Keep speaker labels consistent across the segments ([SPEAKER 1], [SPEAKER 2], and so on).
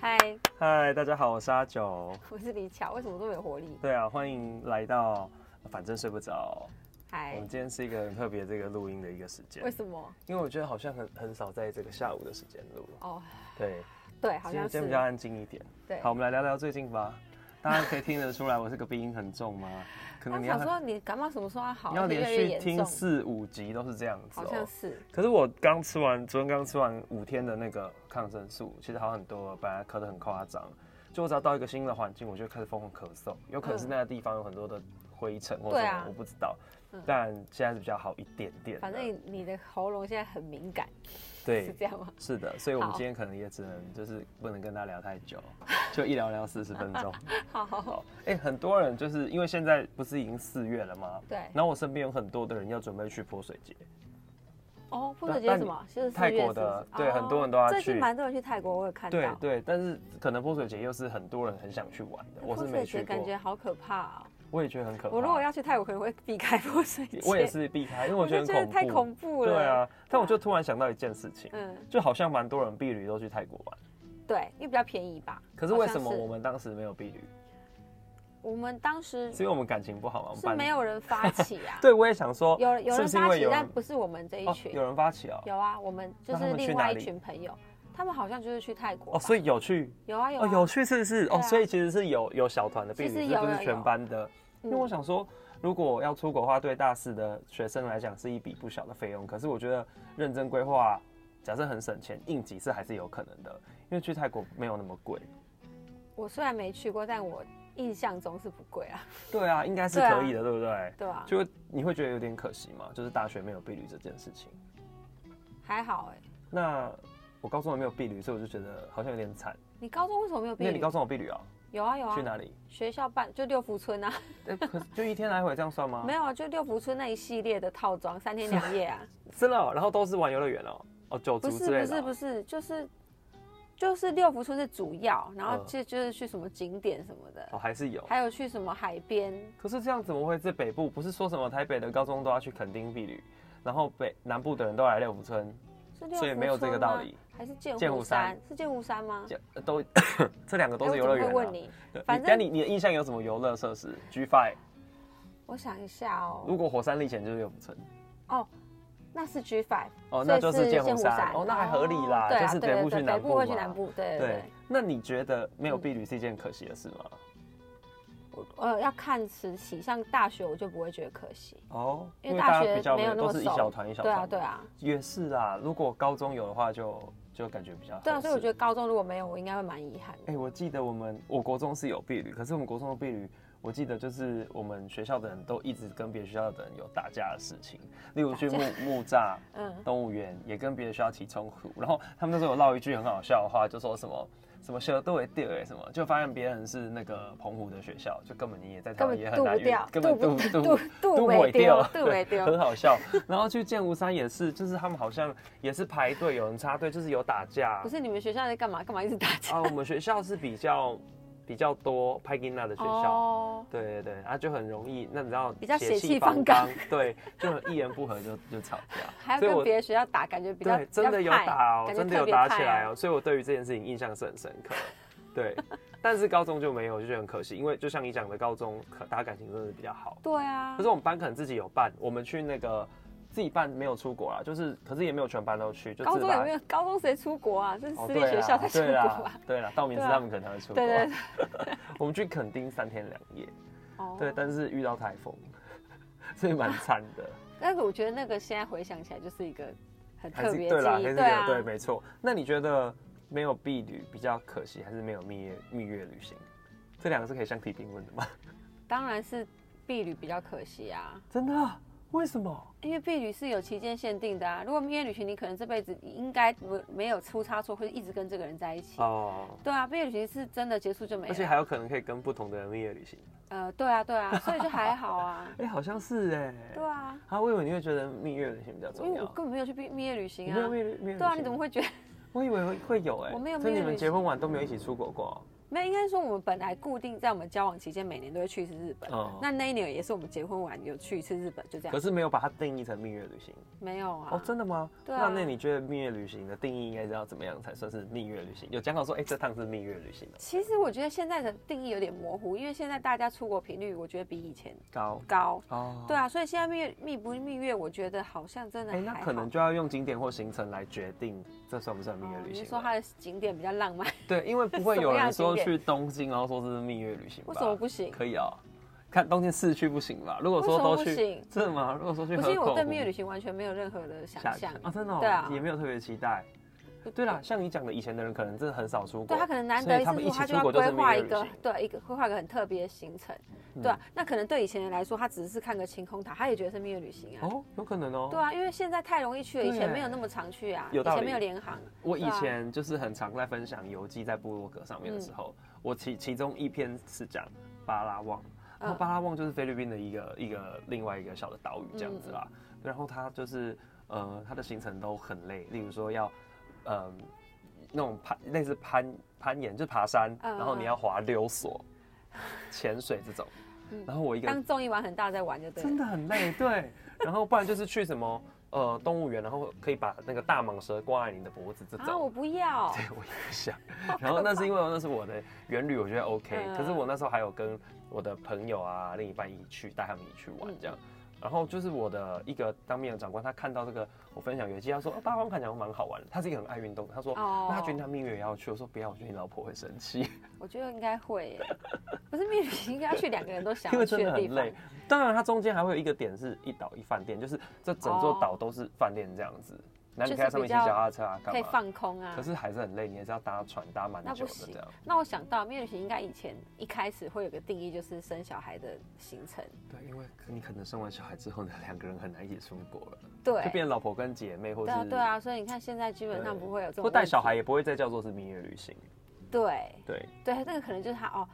[SPEAKER 1] 嗨，
[SPEAKER 2] 嗨，大家好，我是阿九。
[SPEAKER 1] 我是李巧，为什么这么有活力？
[SPEAKER 2] 对啊，欢迎来到呃反正睡不着。我
[SPEAKER 1] 嗨
[SPEAKER 2] 们，今天是一个很特别这个录音的一个时间
[SPEAKER 1] 为，什么？
[SPEAKER 2] 因为我觉得好像很很少在这个下午的时间录。
[SPEAKER 1] 哦，
[SPEAKER 2] 对，
[SPEAKER 1] 对，好
[SPEAKER 2] 今
[SPEAKER 1] 像
[SPEAKER 2] 天今
[SPEAKER 1] 是
[SPEAKER 2] 天比较安静一点。
[SPEAKER 1] 对。
[SPEAKER 2] 好，我们来聊聊最近吧。大家可以听得出来我这个鼻音很重吗？可
[SPEAKER 1] 他
[SPEAKER 2] 能你
[SPEAKER 1] 想
[SPEAKER 2] 要
[SPEAKER 1] 说你感冒什么时候要好？
[SPEAKER 2] 你要
[SPEAKER 1] 而且
[SPEAKER 2] 连
[SPEAKER 1] 越来越
[SPEAKER 2] 续
[SPEAKER 1] 严
[SPEAKER 2] 听
[SPEAKER 1] 重
[SPEAKER 2] 四五集都是这样子
[SPEAKER 1] 好像
[SPEAKER 2] 哦。
[SPEAKER 1] 是
[SPEAKER 2] 可是我刚吃完，昨天刚吃完五天的那个抗生素，其实好很多了，本来咳得很夸张，就我只要到一个新的环境，我就开始疯狂咳嗽，有可能是
[SPEAKER 1] 嗯
[SPEAKER 2] 那个地方有很多的灰尘或
[SPEAKER 1] 对
[SPEAKER 2] 什么，
[SPEAKER 1] 啊
[SPEAKER 2] 我不知道
[SPEAKER 1] 嗯。
[SPEAKER 2] 但现在是比较好一点点的，
[SPEAKER 1] 反正你你的喉咙现在很敏感，是
[SPEAKER 2] 对，
[SPEAKER 1] 这样吗？
[SPEAKER 2] 是的，所以我们
[SPEAKER 1] 好
[SPEAKER 2] 今天可能也只能就是不能跟他聊太久，就一聊聊四十 分钟。
[SPEAKER 1] 好，
[SPEAKER 2] 好，哎、很多人就是因为现在不是已经四月了吗？
[SPEAKER 1] 对。
[SPEAKER 2] 然后我身边有很多的人要准备去泼水节，
[SPEAKER 1] 哦，泼水
[SPEAKER 2] 但
[SPEAKER 1] 节是什么？就是
[SPEAKER 2] 泰
[SPEAKER 1] 四月
[SPEAKER 2] 国的
[SPEAKER 1] 是不是
[SPEAKER 2] 对
[SPEAKER 1] 哦
[SPEAKER 2] 很多人都要
[SPEAKER 1] 最近
[SPEAKER 2] 去
[SPEAKER 1] 蛮多人去泰国，我有看到。
[SPEAKER 2] 对对，但是可能泼水节又是很多人很想去玩的，我是
[SPEAKER 1] 泼水
[SPEAKER 2] 没去
[SPEAKER 1] 节
[SPEAKER 2] 过
[SPEAKER 1] 感，觉好可怕啊！
[SPEAKER 2] 我也觉得很可怕。
[SPEAKER 1] 我如果要去泰国，可能会避开泼水节。
[SPEAKER 2] 我也，是避开，因为我
[SPEAKER 1] 我
[SPEAKER 2] 觉
[SPEAKER 1] 就
[SPEAKER 2] 得
[SPEAKER 1] 觉
[SPEAKER 2] 很
[SPEAKER 1] 得太恐
[SPEAKER 2] 恐怖。
[SPEAKER 1] 怖了。
[SPEAKER 2] 对，啊，但我就突然想到一件事情，
[SPEAKER 1] 嗯，
[SPEAKER 2] 就好像蛮多人避旅都去泰国玩，
[SPEAKER 1] 对，因为比较便宜吧。
[SPEAKER 2] 可是为什
[SPEAKER 1] 好
[SPEAKER 2] 么
[SPEAKER 1] 像是
[SPEAKER 2] 我们当时没有避旅？
[SPEAKER 1] 我们当时
[SPEAKER 2] 是因为我们感情不好吗？我们
[SPEAKER 1] 是
[SPEAKER 2] 班？
[SPEAKER 1] 没。有人发起啊
[SPEAKER 2] 对，我也想说，
[SPEAKER 1] 有有人
[SPEAKER 2] 是不是因
[SPEAKER 1] 发
[SPEAKER 2] 为
[SPEAKER 1] 起
[SPEAKER 2] 有，人
[SPEAKER 1] 但不是我们这一
[SPEAKER 2] 哦，
[SPEAKER 1] 群。
[SPEAKER 2] 有人发起哦，
[SPEAKER 1] 有啊，我们就
[SPEAKER 2] 那他
[SPEAKER 1] 是
[SPEAKER 2] 们去
[SPEAKER 1] 另
[SPEAKER 2] 哪
[SPEAKER 1] 外
[SPEAKER 2] 里
[SPEAKER 1] 一群朋友，他们好像就是去泰国吧。
[SPEAKER 2] 哦，所以有去，
[SPEAKER 1] 有啊有
[SPEAKER 2] 哦，
[SPEAKER 1] 啊
[SPEAKER 2] 有去是不是？
[SPEAKER 1] 对
[SPEAKER 2] 哦，
[SPEAKER 1] 啊
[SPEAKER 2] 所以其实是有有小团的避
[SPEAKER 1] 其实
[SPEAKER 2] 旅，这
[SPEAKER 1] 有
[SPEAKER 2] 不是
[SPEAKER 1] 有
[SPEAKER 2] 全
[SPEAKER 1] 有
[SPEAKER 2] 班的。因为
[SPEAKER 1] 嗯
[SPEAKER 2] 我想说，如果要出国的话，对大四的学生来讲是一笔不小的费用。可是我觉得认真规划，假设很省钱，应急是还是有可能的，因为去泰国没有那么贵。
[SPEAKER 1] 我虽然没去过，但我印象中是不贵啊，
[SPEAKER 2] 对啊，应该是
[SPEAKER 1] 对啊
[SPEAKER 2] 可以的，对不对？
[SPEAKER 1] 对啊，
[SPEAKER 2] 就你会觉得有点可惜嘛，就是大学没有避旅这件事情。
[SPEAKER 1] 还好哎、
[SPEAKER 2] 那我高中也没有避旅，所以我就觉得好像有点惨。
[SPEAKER 1] 你高中为什么没有毕
[SPEAKER 2] 因为你
[SPEAKER 1] 业
[SPEAKER 2] 高？中有避旅啊？
[SPEAKER 1] 有啊有啊
[SPEAKER 2] 去，哪里？
[SPEAKER 1] 学校办就六福村啊，
[SPEAKER 2] 哎、可是就一天来回这样算吗？
[SPEAKER 1] 没有啊，就六福村那一系列的套装，三天两夜 啊，
[SPEAKER 2] 真的、哦，然后都是玩游乐园哦，哦，九
[SPEAKER 1] 不
[SPEAKER 2] 族
[SPEAKER 1] 是
[SPEAKER 2] 之类
[SPEAKER 1] 不
[SPEAKER 2] 的、
[SPEAKER 1] 是
[SPEAKER 2] 哦。
[SPEAKER 1] 不是，就是就是六福村是主要，然后
[SPEAKER 2] 嗯
[SPEAKER 1] 就就是去什么景点什么
[SPEAKER 2] 哦，
[SPEAKER 1] 的，
[SPEAKER 2] 还是有。
[SPEAKER 1] 还有去什么海边，
[SPEAKER 2] 可是这样怎么会是北部？不是说什么台北的高中都要去垦丁避旅，然后北南部的人都来六福村，
[SPEAKER 1] 是六福村吗
[SPEAKER 2] 所以没有这个道理，
[SPEAKER 1] 还是剑
[SPEAKER 2] 剑湖
[SPEAKER 1] 湖
[SPEAKER 2] 山
[SPEAKER 1] 山？是剑湖山吗？
[SPEAKER 2] 这呃都 这两个都
[SPEAKER 1] 哎
[SPEAKER 2] 是游乐园、啊。
[SPEAKER 1] 我怎么会问你，
[SPEAKER 2] 对，
[SPEAKER 1] 反
[SPEAKER 2] 你但
[SPEAKER 1] 正
[SPEAKER 2] 你你的印象有什么游乐设施？G Five，
[SPEAKER 1] 我想一下
[SPEAKER 2] 如
[SPEAKER 1] 哦，
[SPEAKER 2] 果火山历险就是六福村，
[SPEAKER 1] 哦，那是 G Five，
[SPEAKER 2] 哦，那就是剑湖山，哦，那还合理啦，
[SPEAKER 1] 对啊，
[SPEAKER 2] 就是
[SPEAKER 1] 对
[SPEAKER 2] 北部
[SPEAKER 1] 对
[SPEAKER 2] 去
[SPEAKER 1] 对
[SPEAKER 2] 南
[SPEAKER 1] 北部会去
[SPEAKER 2] 嘛
[SPEAKER 1] 南部，对对嗯
[SPEAKER 2] 对
[SPEAKER 1] 对，，
[SPEAKER 2] 那你觉得没有避旅是一件可惜的事吗？
[SPEAKER 1] 我呃要看时期，像大学我就不会觉得可惜，
[SPEAKER 2] 哦，
[SPEAKER 1] 因为大
[SPEAKER 2] 家
[SPEAKER 1] 学
[SPEAKER 2] 比较
[SPEAKER 1] 没有那
[SPEAKER 2] 都
[SPEAKER 1] 么
[SPEAKER 2] 是
[SPEAKER 1] 熟，
[SPEAKER 2] 一小团一小
[SPEAKER 1] 对
[SPEAKER 2] 团
[SPEAKER 1] 啊
[SPEAKER 2] 的，
[SPEAKER 1] 对啊，
[SPEAKER 2] 也是啦。如果高中有的话就，就感觉比较
[SPEAKER 1] 对啊，
[SPEAKER 2] 合
[SPEAKER 1] 所以我
[SPEAKER 2] 适
[SPEAKER 1] 觉得高中如果没有，我应该会蛮遗憾
[SPEAKER 2] 哎、
[SPEAKER 1] 的。
[SPEAKER 2] 我记得我们我国中是有避旅，可是我们国中的避旅，我记得就是我们学校的人都一直跟别的学校的人有打架的事情，例如去木
[SPEAKER 1] 打
[SPEAKER 2] 木栅
[SPEAKER 1] 嗯，
[SPEAKER 2] 动物园也跟别的学校起冲突，然后他们那时候有唠一句很好笑的话，就说什么什么学都会掉哎什么，就发现别人是那个澎湖的学校，就根本你也在台
[SPEAKER 1] 根
[SPEAKER 2] 湾
[SPEAKER 1] 本
[SPEAKER 2] 也
[SPEAKER 1] 渡
[SPEAKER 2] 很难
[SPEAKER 1] 不
[SPEAKER 2] 遇
[SPEAKER 1] 掉，，
[SPEAKER 2] 根本
[SPEAKER 1] 渡
[SPEAKER 2] 渡
[SPEAKER 1] 不
[SPEAKER 2] 渡
[SPEAKER 1] 渡渡尾丢，渡尾
[SPEAKER 2] 对，很
[SPEAKER 1] 丢，
[SPEAKER 2] 好笑。然后去剑湖山也是，就是他们好像也是排队，有人插队，就是有打架
[SPEAKER 1] 不。是你们学校在干嘛？干嘛一直打架？
[SPEAKER 2] 啊，我们学校是比较比较多派金娜的学校。
[SPEAKER 1] 哦，
[SPEAKER 2] 对对对，啊就很容易，那你知道比
[SPEAKER 1] 较血气方刚，
[SPEAKER 2] 对，就很一言不合就就吵架，
[SPEAKER 1] 还要
[SPEAKER 2] 所以
[SPEAKER 1] 跟
[SPEAKER 2] 我
[SPEAKER 1] 别的学校打，感觉 比较
[SPEAKER 2] 对真的
[SPEAKER 1] 比
[SPEAKER 2] 有
[SPEAKER 1] 较派
[SPEAKER 2] 打哦，
[SPEAKER 1] 感觉
[SPEAKER 2] 真的有
[SPEAKER 1] 特别
[SPEAKER 2] 打起
[SPEAKER 1] 派
[SPEAKER 2] 来
[SPEAKER 1] 啊
[SPEAKER 2] 哦，所以我对于这件事情印象是很深刻， 对，但是高中就没有，我就觉得很可惜，因为就像你讲的，高中可大家感情真的是比较好，
[SPEAKER 1] 对啊，
[SPEAKER 2] 可是我们班可能自己有办，我们去那个自己办没有出国啦，就是可是也没有全班都去，就
[SPEAKER 1] 高
[SPEAKER 2] 自
[SPEAKER 1] 中
[SPEAKER 2] 己
[SPEAKER 1] 有没有？高中谁出国啊？这是
[SPEAKER 2] 哦
[SPEAKER 1] 私立学校才出
[SPEAKER 2] 对
[SPEAKER 1] 国
[SPEAKER 2] 啦
[SPEAKER 1] 吧？，
[SPEAKER 2] 对啦，道明寺
[SPEAKER 1] 对啊
[SPEAKER 2] 他们可能会出国。
[SPEAKER 1] 对对对
[SPEAKER 2] 我们去垦丁三天两夜，
[SPEAKER 1] 哦
[SPEAKER 2] 对，但是遇到台风，所以蛮惨 的。
[SPEAKER 1] 但是我觉得那个现在回想起来就是一个很
[SPEAKER 2] 还
[SPEAKER 1] 特
[SPEAKER 2] 是
[SPEAKER 1] 别
[SPEAKER 2] 对
[SPEAKER 1] 的
[SPEAKER 2] 啦，还
[SPEAKER 1] 记
[SPEAKER 2] 是
[SPEAKER 1] 忆，
[SPEAKER 2] 有
[SPEAKER 1] 啊，
[SPEAKER 2] 对，没错。那你觉得没有避旅比较可惜，还是没有蜜月蜜月旅行？这两个是可以相提并论的吗？
[SPEAKER 1] 当然是避旅比较可惜啊，
[SPEAKER 2] 真的啊？为什么？
[SPEAKER 1] 因为避旅是有期间限定的啊。如果蜜月旅行，你可能这辈子应该没没有出差错，会一直跟这个人在一起。
[SPEAKER 2] 哦，
[SPEAKER 1] 对啊，蜜月旅行是真的结束就没
[SPEAKER 2] 而且
[SPEAKER 1] 了。
[SPEAKER 2] 还有可能可以跟不同的人蜜月旅行。。
[SPEAKER 1] 呃，对啊，对啊， 所以就还好啊
[SPEAKER 2] 哎，好像是哎。
[SPEAKER 1] 对。啊，
[SPEAKER 2] 啊，我以为你会觉得蜜月旅行比较
[SPEAKER 1] 因
[SPEAKER 2] 重
[SPEAKER 1] 为
[SPEAKER 2] 要
[SPEAKER 1] 我。根本没有去蜜蜜月旅
[SPEAKER 2] 你
[SPEAKER 1] 行
[SPEAKER 2] 没
[SPEAKER 1] 啊
[SPEAKER 2] 有蜜。月蜜月旅行？
[SPEAKER 1] 对啊，你怎么会觉得？
[SPEAKER 2] 我以为会有哎、
[SPEAKER 1] 我没有
[SPEAKER 2] 所以
[SPEAKER 1] 蜜
[SPEAKER 2] 你
[SPEAKER 1] 月
[SPEAKER 2] 们
[SPEAKER 1] 旅
[SPEAKER 2] 结婚完都没有一起出国过哦、
[SPEAKER 1] 没有，应该说我们本来固定在我们交往期间，每年都会去一次日本。
[SPEAKER 2] 哦
[SPEAKER 1] 那那一年也是我们结婚完有去一次日本，就这
[SPEAKER 2] 可
[SPEAKER 1] 样。
[SPEAKER 2] 是没有把它定义成蜜月旅行
[SPEAKER 1] 没有啊，
[SPEAKER 2] 哦，真的吗？
[SPEAKER 1] 对啊
[SPEAKER 2] 那那你觉得蜜月旅行的定义应该是要怎么样才算是蜜月旅行？有讲好说，哎、这趟是蜜月旅行哦，
[SPEAKER 1] 其实我觉得现在的定义有点模糊，因为现在大家出国频率，我觉得比以前
[SPEAKER 2] 高
[SPEAKER 1] 高。
[SPEAKER 2] 哦，
[SPEAKER 1] 对啊，所以现在蜜月蜜不蜜月，我觉得好像真的
[SPEAKER 2] 哎、
[SPEAKER 1] 还好。
[SPEAKER 2] 那可能就要用景点或行程来决定这算不算蜜月
[SPEAKER 1] 哦
[SPEAKER 2] 旅
[SPEAKER 1] 你
[SPEAKER 2] 行
[SPEAKER 1] 是
[SPEAKER 2] 啊了、
[SPEAKER 1] 说它的景点比较浪漫，
[SPEAKER 2] 对，因为不会
[SPEAKER 1] 什么
[SPEAKER 2] 有
[SPEAKER 1] 样
[SPEAKER 2] 人
[SPEAKER 1] 的景
[SPEAKER 2] 说
[SPEAKER 1] 点
[SPEAKER 2] 去东京，然后说这是蜜月旅行吧。
[SPEAKER 1] 为什么不行？
[SPEAKER 2] 可以啊、看东京市区不行吧？如果说
[SPEAKER 1] 为什么
[SPEAKER 2] 都
[SPEAKER 1] 不
[SPEAKER 2] 去
[SPEAKER 1] 行，
[SPEAKER 2] 真的吗？如果说去
[SPEAKER 1] 不
[SPEAKER 2] 河
[SPEAKER 1] 是因为我
[SPEAKER 2] 口
[SPEAKER 1] 对
[SPEAKER 2] 湖
[SPEAKER 1] 蜜月旅行完全没有任何的想
[SPEAKER 2] 下
[SPEAKER 1] 象。
[SPEAKER 2] 啊，真的、哦，
[SPEAKER 1] 对啊
[SPEAKER 2] 也没有特别期待。对啦，像你讲的，以前的人可能真的很少出国，
[SPEAKER 1] 对他可能难
[SPEAKER 2] 所以
[SPEAKER 1] 得一次
[SPEAKER 2] 他们
[SPEAKER 1] 出
[SPEAKER 2] 一
[SPEAKER 1] 国，
[SPEAKER 2] 起
[SPEAKER 1] 他就
[SPEAKER 2] 出
[SPEAKER 1] 要
[SPEAKER 2] 国就
[SPEAKER 1] 规
[SPEAKER 2] 是蜜
[SPEAKER 1] 划
[SPEAKER 2] 月
[SPEAKER 1] 一
[SPEAKER 2] 旅
[SPEAKER 1] 个
[SPEAKER 2] 行嗯
[SPEAKER 1] 对一个规划一个很特别的行程，对啊，那可能对以前人来说，他只是看个晴空塔，他也觉得是蜜月旅行啊。
[SPEAKER 2] 哦，有可能哦。
[SPEAKER 1] 对啊，因为现在太容易去了，以前
[SPEAKER 2] 对
[SPEAKER 1] 没有那么常去啊，
[SPEAKER 2] 有
[SPEAKER 1] 以
[SPEAKER 2] 道理
[SPEAKER 1] 前没有联航，
[SPEAKER 2] 我以
[SPEAKER 1] 对啊
[SPEAKER 2] 前就是很常在分享游记在部落格上面的时候，
[SPEAKER 1] 嗯
[SPEAKER 2] 我其其中一篇是讲巴拉望，然后巴拉望就是菲律宾的一个一个另外一个小的岛屿这样子
[SPEAKER 1] 嗯
[SPEAKER 2] 啦。然后它就是呃，它的行程都很累，例如说要嗯、那种攀类似攀攀岩，就是爬山，
[SPEAKER 1] 嗯嗯
[SPEAKER 2] 然后你要滑溜索、潜水这种。
[SPEAKER 1] 嗯
[SPEAKER 2] 然后我一个人
[SPEAKER 1] 当综艺玩很大在玩就对
[SPEAKER 2] 真
[SPEAKER 1] 了。
[SPEAKER 2] 的很累， 对。然后不然就是去什么呃动物园，然后可以把那个大蟒蛇挂在你的脖子这
[SPEAKER 1] 啊，
[SPEAKER 2] 种。
[SPEAKER 1] 我不要，
[SPEAKER 2] 对， 我也不想。然后那是因为那是我的原旅，我觉得 OK、
[SPEAKER 1] 嗯
[SPEAKER 2] 可是我那时候还有跟我的朋友啊、另一半一起去，带他们一起去
[SPEAKER 1] 嗯
[SPEAKER 2] 玩这样。然后就是我的一个当面的长官，他看到这个我分享游记，他说：“哦，八荒看起来蛮好玩的。”他是一个很爱运动的，他说：“
[SPEAKER 1] 哦
[SPEAKER 2] 那他觉得他蜜月也要去。”我说：“不要，我觉得你老婆会生气，
[SPEAKER 1] 我觉得应该会耶，不是蜜月旅行应该要去两个人都想
[SPEAKER 2] 因
[SPEAKER 1] 要
[SPEAKER 2] 为真
[SPEAKER 1] 去
[SPEAKER 2] 的
[SPEAKER 1] 地
[SPEAKER 2] 很
[SPEAKER 1] 方
[SPEAKER 2] 累。”当然，它中间还会有一个点是一岛一饭店，就是这整座
[SPEAKER 1] 哦
[SPEAKER 2] 岛都是饭店这样子，然后你可以在上面骑
[SPEAKER 1] 就是比较
[SPEAKER 2] 脚踏车啊，干
[SPEAKER 1] 可以
[SPEAKER 2] 嘛？
[SPEAKER 1] 放空啊
[SPEAKER 2] 可。是还是很累，你也是要搭船搭蛮
[SPEAKER 1] 那
[SPEAKER 2] 久
[SPEAKER 1] 不
[SPEAKER 2] 的
[SPEAKER 1] 行
[SPEAKER 2] 这样。
[SPEAKER 1] 那我想到蜜月旅行应该以前一开始会有个定义，就是生小孩的行程。
[SPEAKER 2] 对，因为你可能生完小孩之后呢，两个人很难一起出国了，
[SPEAKER 1] 对
[SPEAKER 2] 就，变老婆跟姐妹，或
[SPEAKER 1] 对
[SPEAKER 2] 者
[SPEAKER 1] 啊，对啊，所以你看现在基本上不会有这种
[SPEAKER 2] 或带
[SPEAKER 1] 问
[SPEAKER 2] 小
[SPEAKER 1] 题
[SPEAKER 2] 孩。也不会再叫做是蜜月旅行。
[SPEAKER 1] 对
[SPEAKER 2] 对，
[SPEAKER 1] 对，那个可能就是他哦，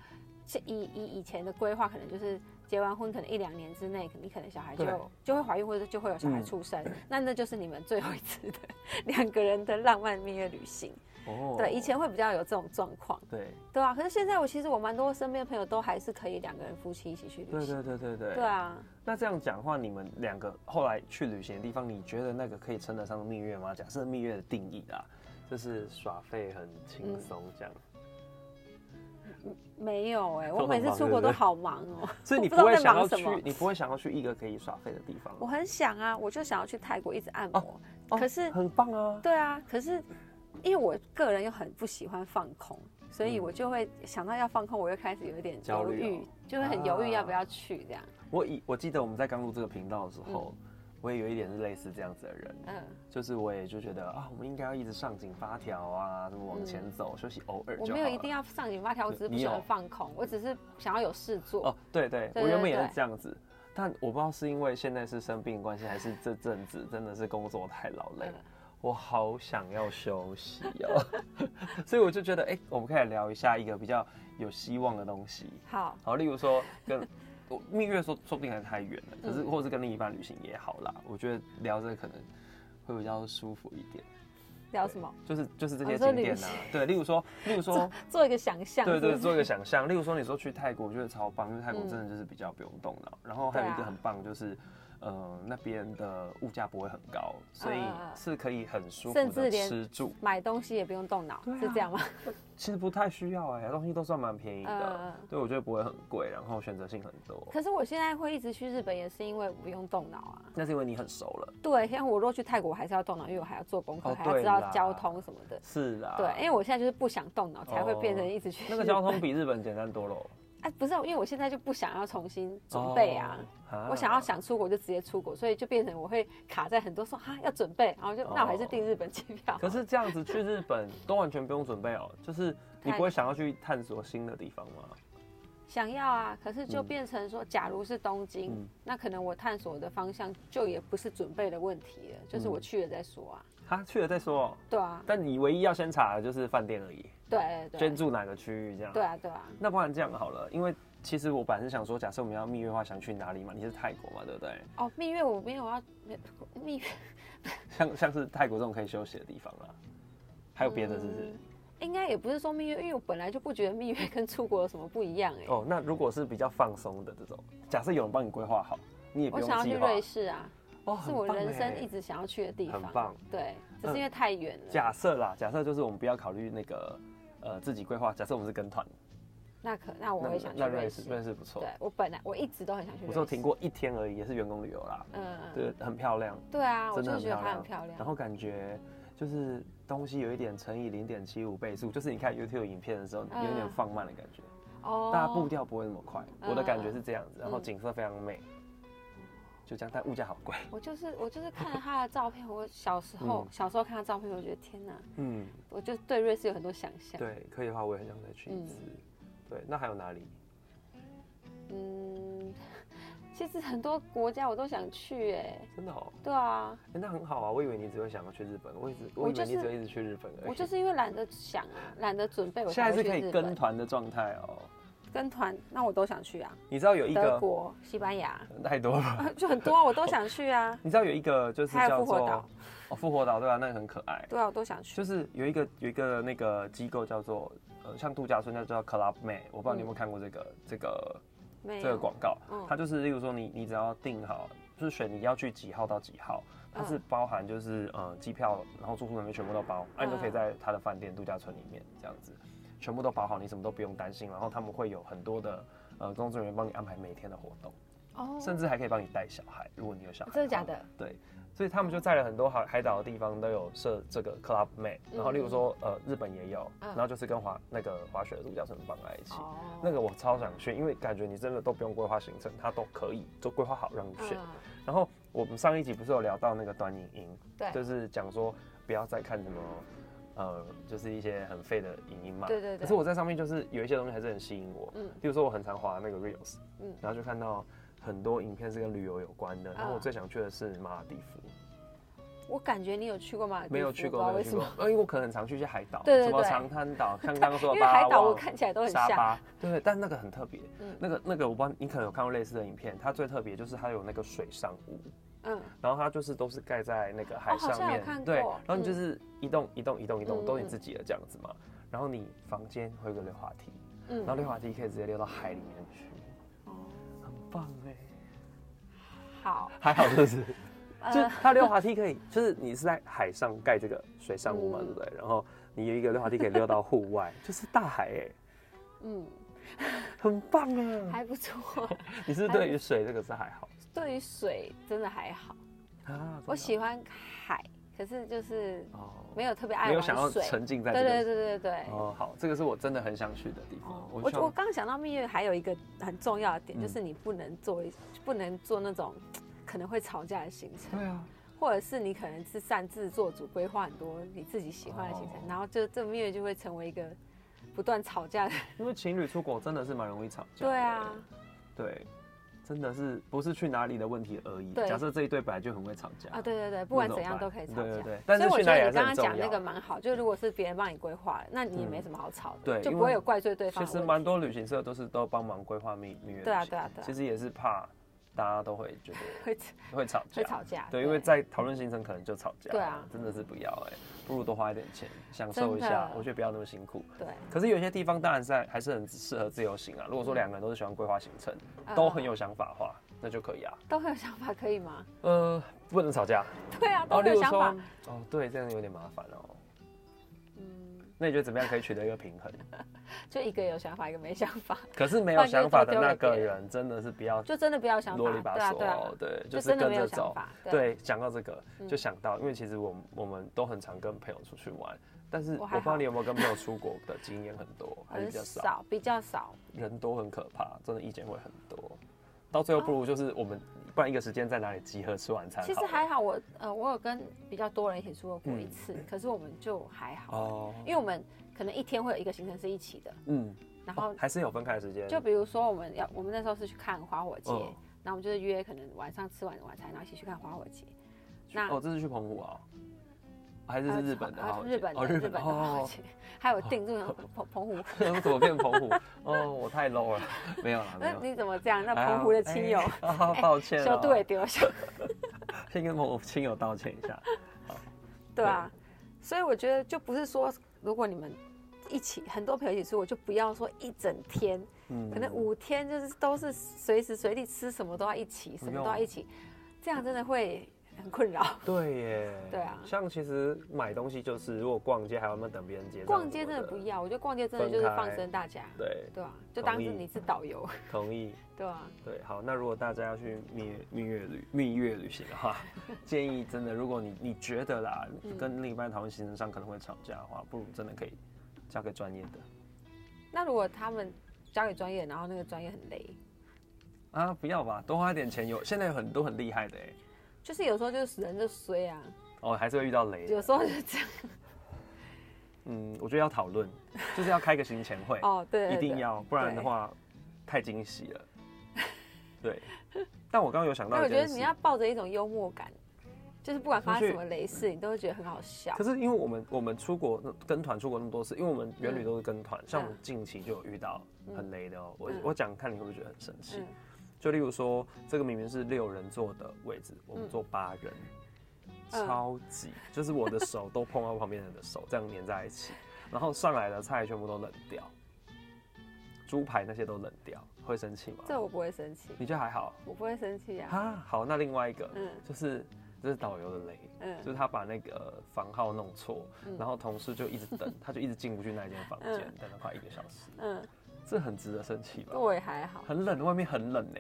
[SPEAKER 1] 这以以以前的规划，可能就是结完婚可能一两年之内，你可能小孩就
[SPEAKER 2] 对
[SPEAKER 1] 就会怀孕，或者就会有小孩
[SPEAKER 2] 嗯
[SPEAKER 1] 出生，那那就是你们最后一次的两个人的浪漫蜜月旅行。
[SPEAKER 2] 哦
[SPEAKER 1] 对，以前会比较有这种状况，
[SPEAKER 2] 对
[SPEAKER 1] 对啊。可是现在我其实我蛮多身边的朋友都还是可以两个人夫妻一起去旅行。
[SPEAKER 2] 对对对对对。
[SPEAKER 1] 对啊，
[SPEAKER 2] 那这样讲话，你们两个后来去旅行的地方，你觉得那个可以称得上蜜月吗？假设蜜月的定义啊，就是耍废很
[SPEAKER 1] 嗯
[SPEAKER 2] 轻松这样，
[SPEAKER 1] 没有哎、我
[SPEAKER 2] 很
[SPEAKER 1] 每次
[SPEAKER 2] 忙
[SPEAKER 1] 出
[SPEAKER 2] 对
[SPEAKER 1] 国
[SPEAKER 2] 不
[SPEAKER 1] 都
[SPEAKER 2] 对
[SPEAKER 1] 好忙哦、
[SPEAKER 2] 所以你
[SPEAKER 1] 我不
[SPEAKER 2] 不
[SPEAKER 1] 知道
[SPEAKER 2] 会
[SPEAKER 1] 在
[SPEAKER 2] 想
[SPEAKER 1] 忙
[SPEAKER 2] 要
[SPEAKER 1] 什
[SPEAKER 2] 去
[SPEAKER 1] 么，
[SPEAKER 2] 你不会想要去一个可以耍废的地方吗。
[SPEAKER 1] 我很想啊，我就想要去泰国一直按摩，
[SPEAKER 2] 哦
[SPEAKER 1] 可是
[SPEAKER 2] 很棒啊，
[SPEAKER 1] 对啊，可是因为我个人又很不喜欢放空，所以
[SPEAKER 2] 嗯
[SPEAKER 1] 我就会想到要放空，我又开始有一点
[SPEAKER 2] 焦
[SPEAKER 1] 犹
[SPEAKER 2] 虑
[SPEAKER 1] 豫
[SPEAKER 2] 哦，
[SPEAKER 1] 就会很犹豫
[SPEAKER 2] 啊
[SPEAKER 1] 要不要去这样。
[SPEAKER 2] 我以我记得我们在刚录这个频道的时候，我也有一点是类似这样子的人，
[SPEAKER 1] 嗯，
[SPEAKER 2] 就是我也就觉得啊，我们应该要一直上紧发条啊，什么往前走，休息偶尔
[SPEAKER 1] 嗯我
[SPEAKER 2] 就
[SPEAKER 1] 没
[SPEAKER 2] 好
[SPEAKER 1] 有
[SPEAKER 2] 了。
[SPEAKER 1] 一定要上紧发条，我只是不
[SPEAKER 2] 你
[SPEAKER 1] 喜欢
[SPEAKER 2] 有
[SPEAKER 1] 放空，我只是想要有事做。
[SPEAKER 2] 哦，对对，
[SPEAKER 1] 对
[SPEAKER 2] 我原本
[SPEAKER 1] 对
[SPEAKER 2] 也是
[SPEAKER 1] 对
[SPEAKER 2] 这样子，但我不知道是因为现在是生病的关系，还是这阵子真的是工作太劳累
[SPEAKER 1] 嗯，
[SPEAKER 2] 我好想要休息哦， 所以我就觉得哎、我们可以来聊一下一个比较有希望的东西。
[SPEAKER 1] 好，
[SPEAKER 2] 好，例如说跟我蜜月说，说不定还太远了，可
[SPEAKER 1] 嗯
[SPEAKER 2] 是或是跟另一半旅行也好啦。我觉得聊这个可能会比较舒服一点。
[SPEAKER 1] 聊什么？
[SPEAKER 2] 就是就是这
[SPEAKER 1] 哦
[SPEAKER 2] 些
[SPEAKER 1] 你说
[SPEAKER 2] 景
[SPEAKER 1] 旅
[SPEAKER 2] 点啊
[SPEAKER 1] 行，
[SPEAKER 2] 对，例如说，例 如说，
[SPEAKER 1] 做一个想象。
[SPEAKER 2] 对
[SPEAKER 1] 是不
[SPEAKER 2] 对，
[SPEAKER 1] 是
[SPEAKER 2] 做一个想象。例如说，你说去泰国，我觉得超棒，因为泰国真的就是比较不用动脑。然后还有一
[SPEAKER 1] 对
[SPEAKER 2] 个
[SPEAKER 1] 啊
[SPEAKER 2] 很棒就是，呃，那边的物价不会很高，所以
[SPEAKER 1] 嗯嗯嗯
[SPEAKER 2] 是可以很舒
[SPEAKER 1] 甚
[SPEAKER 2] 服
[SPEAKER 1] 至
[SPEAKER 2] 的
[SPEAKER 1] 连
[SPEAKER 2] 吃住。
[SPEAKER 1] 买东西也不用动脑，
[SPEAKER 2] 对啊
[SPEAKER 1] 是这样吗？
[SPEAKER 2] 其实不太需要哎、东西都算蛮便宜
[SPEAKER 1] 嗯
[SPEAKER 2] 的
[SPEAKER 1] 嗯，嗯
[SPEAKER 2] 对我觉得不会很贵，然后选择性很多。
[SPEAKER 1] 可是我现在会一直去日本，也是因为我不用动脑啊。
[SPEAKER 2] 那是因为你很熟了，
[SPEAKER 1] 对，像我若去泰国，我还是要动脑，因为我还要做功课，
[SPEAKER 2] 哦
[SPEAKER 1] 还要
[SPEAKER 2] 对
[SPEAKER 1] 知道
[SPEAKER 2] 啦
[SPEAKER 1] 交通什么的。
[SPEAKER 2] 是啦，
[SPEAKER 1] 对，因为我现在就是不想动脑，才会变成
[SPEAKER 2] 啊哦
[SPEAKER 1] 一直去、
[SPEAKER 2] 那个交通比日本简单多喽。
[SPEAKER 1] 啊，不是，因为我现在就不想要重新 准备啊。
[SPEAKER 2] 哦啊
[SPEAKER 1] 我想要想出国就直接出国，所以就变成我会卡在很多说哈要准备，然后就、那我还是订日本机票。
[SPEAKER 2] 哦可是这样子去日本都完全不用准备哦， 就是你不会想要去探索新的地方吗？
[SPEAKER 1] 想要啊，可是就变成说，假如是东京，
[SPEAKER 2] 嗯
[SPEAKER 1] 那可能我探索的方向就也不是准备的问题了，就是
[SPEAKER 2] 嗯
[SPEAKER 1] 我去了再说啊。
[SPEAKER 2] 他去了再说哦，
[SPEAKER 1] 对啊，
[SPEAKER 2] 但你唯一要先查的就是饭店而已，
[SPEAKER 1] 对对
[SPEAKER 2] 先
[SPEAKER 1] 对，
[SPEAKER 2] 住哪个区域这样。
[SPEAKER 1] 对，啊对啊，
[SPEAKER 2] 那不然这样好了，因为其实我本来是想说，假设我们要蜜月的话，想去哪里嘛？你是泰国嘛，对不对？
[SPEAKER 1] 哦，蜜月我没有要没蜜月，
[SPEAKER 2] 像像是泰国这种可以休息的地方啦，还有别的是不是？
[SPEAKER 1] 嗯哎、应该也不是说蜜月，因为我本来就不觉得蜜月跟出国有什么不一样哎、
[SPEAKER 2] 哦，那如果是比较放松的这种，假设有人帮你规划好，你也不
[SPEAKER 1] 我
[SPEAKER 2] 用
[SPEAKER 1] 想要
[SPEAKER 2] 计
[SPEAKER 1] 去
[SPEAKER 2] 划，
[SPEAKER 1] 瑞士啊，
[SPEAKER 2] 哦，
[SPEAKER 1] 是
[SPEAKER 2] 很
[SPEAKER 1] 我
[SPEAKER 2] 棒
[SPEAKER 1] 人生
[SPEAKER 2] 欸
[SPEAKER 1] 一直想要去的地
[SPEAKER 2] 很
[SPEAKER 1] 方。
[SPEAKER 2] 棒嗯
[SPEAKER 1] 对，只是因为太远了。
[SPEAKER 2] 假设啦，假设就是我们不要考虑那个呃自己规划，假设我们是跟团，
[SPEAKER 1] 那可那我
[SPEAKER 2] 那
[SPEAKER 1] 也想去
[SPEAKER 2] 那
[SPEAKER 1] 瑞
[SPEAKER 2] 瑞
[SPEAKER 1] 士。
[SPEAKER 2] 士瑞士不错
[SPEAKER 1] 对，，我本来我一直都很想去瑞
[SPEAKER 2] 我
[SPEAKER 1] 士。
[SPEAKER 2] 说我停。过一天而已，也是员工旅游啦，
[SPEAKER 1] 嗯，嗯
[SPEAKER 2] 对，很漂亮，
[SPEAKER 1] 对啊，我
[SPEAKER 2] 真
[SPEAKER 1] 就
[SPEAKER 2] 的很
[SPEAKER 1] 觉得
[SPEAKER 2] 漂
[SPEAKER 1] 它
[SPEAKER 2] 亮，
[SPEAKER 1] 很漂亮。
[SPEAKER 2] 然后感觉就是东西有一点乘以零点七五倍速，就是你看 YouTube 影片的时候
[SPEAKER 1] 嗯
[SPEAKER 2] 有点放慢的感觉，
[SPEAKER 1] 哦，
[SPEAKER 2] 大家步调不会那么快，
[SPEAKER 1] 嗯
[SPEAKER 2] 我的感觉是这样子，然后
[SPEAKER 1] 嗯
[SPEAKER 2] 景色非常美，就这样，但物价好贵，
[SPEAKER 1] 我就是我就是看了他的照片，我小时候、
[SPEAKER 2] 嗯
[SPEAKER 1] 小时候看他照片，我觉得天哪，
[SPEAKER 2] 嗯，
[SPEAKER 1] 我就对瑞士有很多想象。，
[SPEAKER 2] 对，可以的话我也很想再去一
[SPEAKER 1] 嗯
[SPEAKER 2] 次，对，那还有哪里？
[SPEAKER 1] 嗯，其实很多国家我都想去哎、
[SPEAKER 2] 真的哦。
[SPEAKER 1] 对啊，
[SPEAKER 2] 欸那很好啊，我以为你只会想要去日本，我一直我
[SPEAKER 1] 我
[SPEAKER 2] 以
[SPEAKER 1] 就
[SPEAKER 2] 为
[SPEAKER 1] 是
[SPEAKER 2] 你只会一直去日本而已。
[SPEAKER 1] 我就是因为懒得想啊，懒得准备，我
[SPEAKER 2] 现在
[SPEAKER 1] 才
[SPEAKER 2] 是
[SPEAKER 1] 会
[SPEAKER 2] 可
[SPEAKER 1] 去
[SPEAKER 2] 以
[SPEAKER 1] 日
[SPEAKER 2] 跟
[SPEAKER 1] 本。
[SPEAKER 2] 团的状态哦。
[SPEAKER 1] 跟团，那我都想去啊，
[SPEAKER 2] 你知道有一
[SPEAKER 1] 德
[SPEAKER 2] 个
[SPEAKER 1] 国、西班牙，
[SPEAKER 2] 太多了吧，
[SPEAKER 1] 啊就很多啊，我都想去啊。
[SPEAKER 2] 你知道有一个就是
[SPEAKER 1] 还有
[SPEAKER 2] 叫
[SPEAKER 1] 复活
[SPEAKER 2] 做
[SPEAKER 1] 岛
[SPEAKER 2] 哦复活岛对啊，那个很可爱。
[SPEAKER 1] 对啊，我都想去。
[SPEAKER 2] 就是有一个有一个那个机构叫做呃像度假村叫叫 Club Med，我不知道你有没有看过这个、这个
[SPEAKER 1] 嗯没
[SPEAKER 2] 这个
[SPEAKER 1] 有，
[SPEAKER 2] 广告
[SPEAKER 1] 嗯，
[SPEAKER 2] 它就是例如说你你只要订好，就是选你要去几号到几号，它
[SPEAKER 1] 嗯
[SPEAKER 2] 是包含就是呃机票，然后住宿那边全部都包，哎、你都可以
[SPEAKER 1] 嗯
[SPEAKER 2] 在它的饭店度假村里面这样子，全部都包好，你什么都不用担心，然后他们会有很多的。呃，工作人员帮你安排每天的活动，
[SPEAKER 1] 哦
[SPEAKER 2] 甚至还可以帮你带小孩，如果你有小孩。
[SPEAKER 1] 真的假？的？
[SPEAKER 2] 对，所以他们就在了很多海海岛的地方都有设这个 club mate，然后例如说呃日本也有，
[SPEAKER 1] 嗯
[SPEAKER 2] 然后就是跟滑那个滑雪的度假村绑在一起。
[SPEAKER 1] 哦，
[SPEAKER 2] 那个我超想去，因为感觉你真的都不用规划行程，它都可以都规划好让你选。
[SPEAKER 1] 嗯
[SPEAKER 2] 然后我们上一集不是有聊到那个短影音，
[SPEAKER 1] 对
[SPEAKER 2] 就是讲说不要再看什么。呃，就是一些很废的影音嘛。
[SPEAKER 1] 对对对
[SPEAKER 2] 可是我在上面就是有一些东西还是很吸引我，
[SPEAKER 1] 嗯
[SPEAKER 2] 例如说我很常滑那个 reels，
[SPEAKER 1] 嗯
[SPEAKER 2] 然后就看到很多影片是跟旅游有关的。然后我
[SPEAKER 1] 嗯
[SPEAKER 2] 最想去的是马尔地夫，
[SPEAKER 1] 我感觉你有去过马尔代夫
[SPEAKER 2] 没有去
[SPEAKER 1] 不
[SPEAKER 2] 过，
[SPEAKER 1] 知道
[SPEAKER 2] 没有
[SPEAKER 1] 为
[SPEAKER 2] 去
[SPEAKER 1] 什
[SPEAKER 2] 过
[SPEAKER 1] 么？。
[SPEAKER 2] 呃因为我可能很常去一些海岛，
[SPEAKER 1] 对对
[SPEAKER 2] 什 么
[SPEAKER 1] 对
[SPEAKER 2] 长滩岛，像刚刚说
[SPEAKER 1] 因
[SPEAKER 2] 的
[SPEAKER 1] 为
[SPEAKER 2] 巴
[SPEAKER 1] 海
[SPEAKER 2] 拉
[SPEAKER 1] 岛我
[SPEAKER 2] 望、
[SPEAKER 1] 看起来都很
[SPEAKER 2] 沙
[SPEAKER 1] 像，
[SPEAKER 2] 巴，对对，但那个很特别。
[SPEAKER 1] 嗯
[SPEAKER 2] 那个那个我不知道，你可能有看过类似的影片，它最特别就是它有那个水上屋，
[SPEAKER 1] 嗯，
[SPEAKER 2] 然后它就是都是盖在那个海
[SPEAKER 1] 哦好像
[SPEAKER 2] 上面
[SPEAKER 1] 有，看过
[SPEAKER 2] 对，然后你
[SPEAKER 1] 嗯
[SPEAKER 2] 就是一栋一栋一栋一栋
[SPEAKER 1] 嗯
[SPEAKER 2] 都是
[SPEAKER 1] 嗯
[SPEAKER 2] 你自己的这样子嘛，然后你房间会有个溜滑梯，
[SPEAKER 1] 嗯
[SPEAKER 2] 然后溜滑梯可以直接溜到海里面去，
[SPEAKER 1] 哦
[SPEAKER 2] 很棒哎，
[SPEAKER 1] 好，
[SPEAKER 2] 还好是 不是？就
[SPEAKER 1] 呃，
[SPEAKER 2] 它溜滑梯可以，就是你是在海上盖这个水上屋嘛，
[SPEAKER 1] 嗯
[SPEAKER 2] 对不对？然后你有一个溜滑梯可以溜到户外，就是大海哎，
[SPEAKER 1] 嗯，
[SPEAKER 2] 很棒啊！
[SPEAKER 1] 还不 错。
[SPEAKER 2] 你是不是对于水这个是还好
[SPEAKER 1] 对于水真的还好，
[SPEAKER 2] 啊？
[SPEAKER 1] 我
[SPEAKER 2] 喜
[SPEAKER 1] 喜欢海，可是就是
[SPEAKER 2] 哦，
[SPEAKER 1] 没有特别爱
[SPEAKER 2] 没有
[SPEAKER 1] 玩
[SPEAKER 2] 想要
[SPEAKER 1] 水。
[SPEAKER 2] 沉浸在
[SPEAKER 1] 对
[SPEAKER 2] 这
[SPEAKER 1] 对
[SPEAKER 2] 个
[SPEAKER 1] 对对对对。
[SPEAKER 2] 哦，好，这个是我真的很想去的地方
[SPEAKER 1] 哦。
[SPEAKER 2] 我
[SPEAKER 1] 我
[SPEAKER 2] 希望
[SPEAKER 1] 我刚想到蜜月还有一个很重要的点，
[SPEAKER 2] 嗯
[SPEAKER 1] 就是你不能做一不能做那种可能会吵架的行程，
[SPEAKER 2] 对啊，
[SPEAKER 1] 或者是你可能是擅自做主规划很多你自己喜欢的行程
[SPEAKER 2] 哦，
[SPEAKER 1] 然后就这蜜月就会成为一个不断吵架的。
[SPEAKER 2] 因为情侣出国真的是蛮容易吵架。
[SPEAKER 1] 对啊，，
[SPEAKER 2] 对，真的是不是去哪里的问题而已。
[SPEAKER 1] 对
[SPEAKER 2] 假设这一对本来就很会吵架
[SPEAKER 1] 啊，对对对，不管怎样都可以吵架。
[SPEAKER 2] 对对对但是
[SPEAKER 1] 所以我
[SPEAKER 2] 去
[SPEAKER 1] 觉
[SPEAKER 2] 哪里
[SPEAKER 1] 得
[SPEAKER 2] 还
[SPEAKER 1] 你刚刚
[SPEAKER 2] 是很重
[SPEAKER 1] 讲那
[SPEAKER 2] 要嗯
[SPEAKER 1] 个蛮好，就是如果是别人帮你规划了，那你也没什么好吵的，
[SPEAKER 2] 对
[SPEAKER 1] 就
[SPEAKER 2] 因
[SPEAKER 1] 不
[SPEAKER 2] 为
[SPEAKER 1] 会有怪罪对方
[SPEAKER 2] 其
[SPEAKER 1] 的
[SPEAKER 2] 实
[SPEAKER 1] 问
[SPEAKER 2] 蛮
[SPEAKER 1] 题
[SPEAKER 2] 多旅行社都是都帮忙规划蜜蜜月旅行。
[SPEAKER 1] 对啊对啊对啊
[SPEAKER 2] 其实也是怕大家都会觉 得
[SPEAKER 1] 会
[SPEAKER 2] 会吵架。
[SPEAKER 1] 会吵架。
[SPEAKER 2] 对，因为在讨论行程可能就吵架。
[SPEAKER 1] 对啊
[SPEAKER 2] 真的是不要哎、不如多花一点钱享受一
[SPEAKER 1] 真
[SPEAKER 2] 下
[SPEAKER 1] 的，
[SPEAKER 2] 我觉得不要那么辛苦。
[SPEAKER 1] 对
[SPEAKER 2] 可是有些地方当然是还是很适合自由行啊。如果说两个人都是喜欢规划行程，
[SPEAKER 1] 嗯
[SPEAKER 2] 都很有想法的话，那就可以啊。
[SPEAKER 1] 都会有想法，可以吗？
[SPEAKER 2] 呃，不能吵架。
[SPEAKER 1] 对啊，都
[SPEAKER 2] 哦，例
[SPEAKER 1] 会有
[SPEAKER 2] 如
[SPEAKER 1] 想
[SPEAKER 2] 说
[SPEAKER 1] 法。，
[SPEAKER 2] 哦，对，这样有点麻烦哦。
[SPEAKER 1] 嗯，
[SPEAKER 2] 那你觉得怎么样可以取得一个平衡？
[SPEAKER 1] 就一个有想法，一个没想法，
[SPEAKER 2] 可是
[SPEAKER 1] 不
[SPEAKER 2] 没有
[SPEAKER 1] 然就是
[SPEAKER 2] 想法的
[SPEAKER 1] 丢给
[SPEAKER 2] 那个
[SPEAKER 1] 别人
[SPEAKER 2] 人，真的是不要
[SPEAKER 1] 就真的不要想法
[SPEAKER 2] 啰里，吧
[SPEAKER 1] 对啊
[SPEAKER 2] 嗦
[SPEAKER 1] 对啊
[SPEAKER 2] 哦，，对，
[SPEAKER 1] 就是真的
[SPEAKER 2] 跟
[SPEAKER 1] 没有
[SPEAKER 2] 着
[SPEAKER 1] 想
[SPEAKER 2] 走
[SPEAKER 1] 法。。
[SPEAKER 2] 对，讲到这个
[SPEAKER 1] 嗯
[SPEAKER 2] 就想到，因为其实我们我们都很常跟朋友出去玩，但是
[SPEAKER 1] 我
[SPEAKER 2] 我
[SPEAKER 1] 还
[SPEAKER 2] 不知道
[SPEAKER 1] 好
[SPEAKER 2] 你有没有跟朋友出国的经验很多，还是
[SPEAKER 1] 很
[SPEAKER 2] 比较少。
[SPEAKER 1] 少，比较少。
[SPEAKER 2] 人多很可怕，真的意见会很多，到最后不如就是我们，不然一个时间在哪里集合吃晚餐好
[SPEAKER 1] 哦其
[SPEAKER 2] 了。
[SPEAKER 1] 实还好，我呃，我有跟比较多人一起出过过一
[SPEAKER 2] 嗯
[SPEAKER 1] 次，可是我们就还好，
[SPEAKER 2] 哦，
[SPEAKER 1] 因为我们可能一天会有一个行程是一起的，
[SPEAKER 2] 嗯，
[SPEAKER 1] 然后
[SPEAKER 2] 哦还是有分开的时间，
[SPEAKER 1] 就比如说我们要，我们那时候是去看花火节，
[SPEAKER 2] 嗯
[SPEAKER 1] 然后我们就是约可能晚上吃完晚餐，然后一起去看花火节。那
[SPEAKER 2] 哦，这是去澎湖啊，还是是日本的
[SPEAKER 1] 啊
[SPEAKER 2] 花火节？
[SPEAKER 1] 日本的、
[SPEAKER 2] 哦，
[SPEAKER 1] 日本
[SPEAKER 2] 日本
[SPEAKER 1] 的
[SPEAKER 2] 的
[SPEAKER 1] 花火
[SPEAKER 2] 哦，
[SPEAKER 1] 节，还有定住澎澎 湖。
[SPEAKER 2] 我怎么变澎湖？哦，我太 low 了，没有啦，没
[SPEAKER 1] 那
[SPEAKER 2] 有。
[SPEAKER 1] 你怎么这样？那澎湖的亲友
[SPEAKER 2] 哎 啊，抱歉
[SPEAKER 1] 小
[SPEAKER 2] 了，
[SPEAKER 1] 杜也丢 下，
[SPEAKER 2] 先跟澎湖亲 友道歉一下。
[SPEAKER 1] 对啊。所以我觉得就不是说，如果你们一起很多朋友一起出国，就不要说一整天，
[SPEAKER 2] 嗯
[SPEAKER 1] 可能五天就是都是随时随地吃什么都要一起，什么都要一起，这样真的会很困扰。
[SPEAKER 2] 对耶，
[SPEAKER 1] 对啊
[SPEAKER 2] 像其实买东西就是，如果逛街还要慢慢等别人结账，
[SPEAKER 1] 逛街真的不，要，我觉得逛街真的就是放生大家，
[SPEAKER 2] 对，
[SPEAKER 1] 对啊，就
[SPEAKER 2] 同
[SPEAKER 1] 当
[SPEAKER 2] 意
[SPEAKER 1] 是你是导游，
[SPEAKER 2] 同意。
[SPEAKER 1] 对啊，
[SPEAKER 2] 对，好，那如果大家要去蜜月蜜月旅蜜月旅行的 话，建议真的，如果你你觉得啦，
[SPEAKER 1] 嗯
[SPEAKER 2] 跟另一半讨论行程上可能会吵架的话，不如真的可以交给专业的
[SPEAKER 1] 那如果他们交给专业，然后那个专业很累，
[SPEAKER 2] 啊，不要吧，多花一点钱有，现在有很多很厉害的哎、
[SPEAKER 1] 就是有时候就是人就衰啊，
[SPEAKER 2] 哦，还是会遇到雷的。
[SPEAKER 1] 有时候就这 样。
[SPEAKER 2] 嗯，我觉得要讨论，就是要开个行前会，
[SPEAKER 1] 哦，对
[SPEAKER 2] 一
[SPEAKER 1] 对
[SPEAKER 2] 定
[SPEAKER 1] 对
[SPEAKER 2] 要，不然的话太惊喜了。对，但我刚刚有想
[SPEAKER 1] 但
[SPEAKER 2] 到
[SPEAKER 1] 我
[SPEAKER 2] 一
[SPEAKER 1] 觉
[SPEAKER 2] 件
[SPEAKER 1] 得
[SPEAKER 2] 事，
[SPEAKER 1] 你要抱着一种幽默感，就是不管发生
[SPEAKER 2] 出去
[SPEAKER 1] 什么雷事，你都会觉得很好笑
[SPEAKER 2] 嗯可。是因为我们我们出国跟团出国那么多次，因为我们原旅都是跟团，像我们
[SPEAKER 1] 嗯
[SPEAKER 2] 近期就有遇到很雷的哦、我、
[SPEAKER 1] 嗯
[SPEAKER 2] 我讲看你会不会觉得很生气？
[SPEAKER 1] 嗯，
[SPEAKER 2] 就例如说，这个明明是六人坐的位置，我们
[SPEAKER 1] 嗯
[SPEAKER 2] 坐八人，
[SPEAKER 1] 嗯
[SPEAKER 2] 超级就是我的手都碰到旁边人的手，这样粘在一起，然后上来的菜全部都冷掉，猪排那些都冷掉，会生气吗？
[SPEAKER 1] 这我不会生气，
[SPEAKER 2] 你觉得还好
[SPEAKER 1] 我不会生气啊。
[SPEAKER 2] 啊？好，那另外一个、
[SPEAKER 1] 嗯
[SPEAKER 2] 就是这是导游的雷，就
[SPEAKER 1] 嗯
[SPEAKER 2] 是他把那个房号弄错，
[SPEAKER 1] 嗯
[SPEAKER 2] 然后同事就一直 等，他就一直进不去那间房间，
[SPEAKER 1] 嗯
[SPEAKER 2] 等了快一个小时，
[SPEAKER 1] 嗯，
[SPEAKER 2] 这很值得生气吧
[SPEAKER 1] 那？我也还好，
[SPEAKER 2] 很冷，外面很冷呢、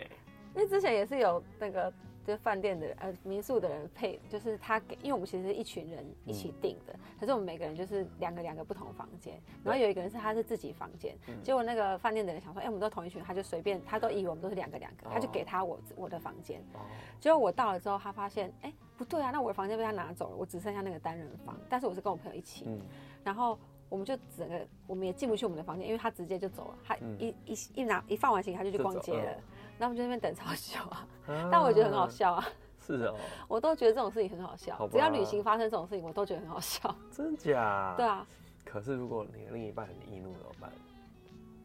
[SPEAKER 1] 因为之前也是有那个就是饭店的人呃民宿的人配，就是他给，因为我们其实是一群人一起
[SPEAKER 2] 嗯
[SPEAKER 1] 订的，可是我们每个人就是两个两个不同房间，然后有一个人是他是自己房间，
[SPEAKER 2] 嗯
[SPEAKER 1] 结果那个饭店的人想说，哎、我们都同一群，他就随便他都以为我们都是两个两个，他就
[SPEAKER 2] 哦
[SPEAKER 1] 给他我我的房间，
[SPEAKER 2] 哦，
[SPEAKER 1] 结果我到了之后，他发现，哎、不对啊，那我的房间被他拿走了，我只剩下那个单人房，但是我是跟我朋友一起，
[SPEAKER 2] 嗯，
[SPEAKER 1] 然后我们就整个我们也进不去我们的房间，因为他直接就走了，他
[SPEAKER 2] 嗯
[SPEAKER 1] 一、一一拿一放完行李他就去
[SPEAKER 2] 就
[SPEAKER 1] 逛
[SPEAKER 2] 走
[SPEAKER 1] 街了
[SPEAKER 2] 嗯，
[SPEAKER 1] 然后我们就在那边等超久啊，但我觉得很好
[SPEAKER 2] 啊。
[SPEAKER 1] 笑啊，
[SPEAKER 2] 是哦，
[SPEAKER 1] 我都觉得这种事情很好笑，
[SPEAKER 2] 好吧啊
[SPEAKER 1] 只要旅行发生这种事情，我都觉得很好笑，
[SPEAKER 2] 真假？
[SPEAKER 1] 对。啊，
[SPEAKER 2] 可是如果你的另一半很易怒怎么办？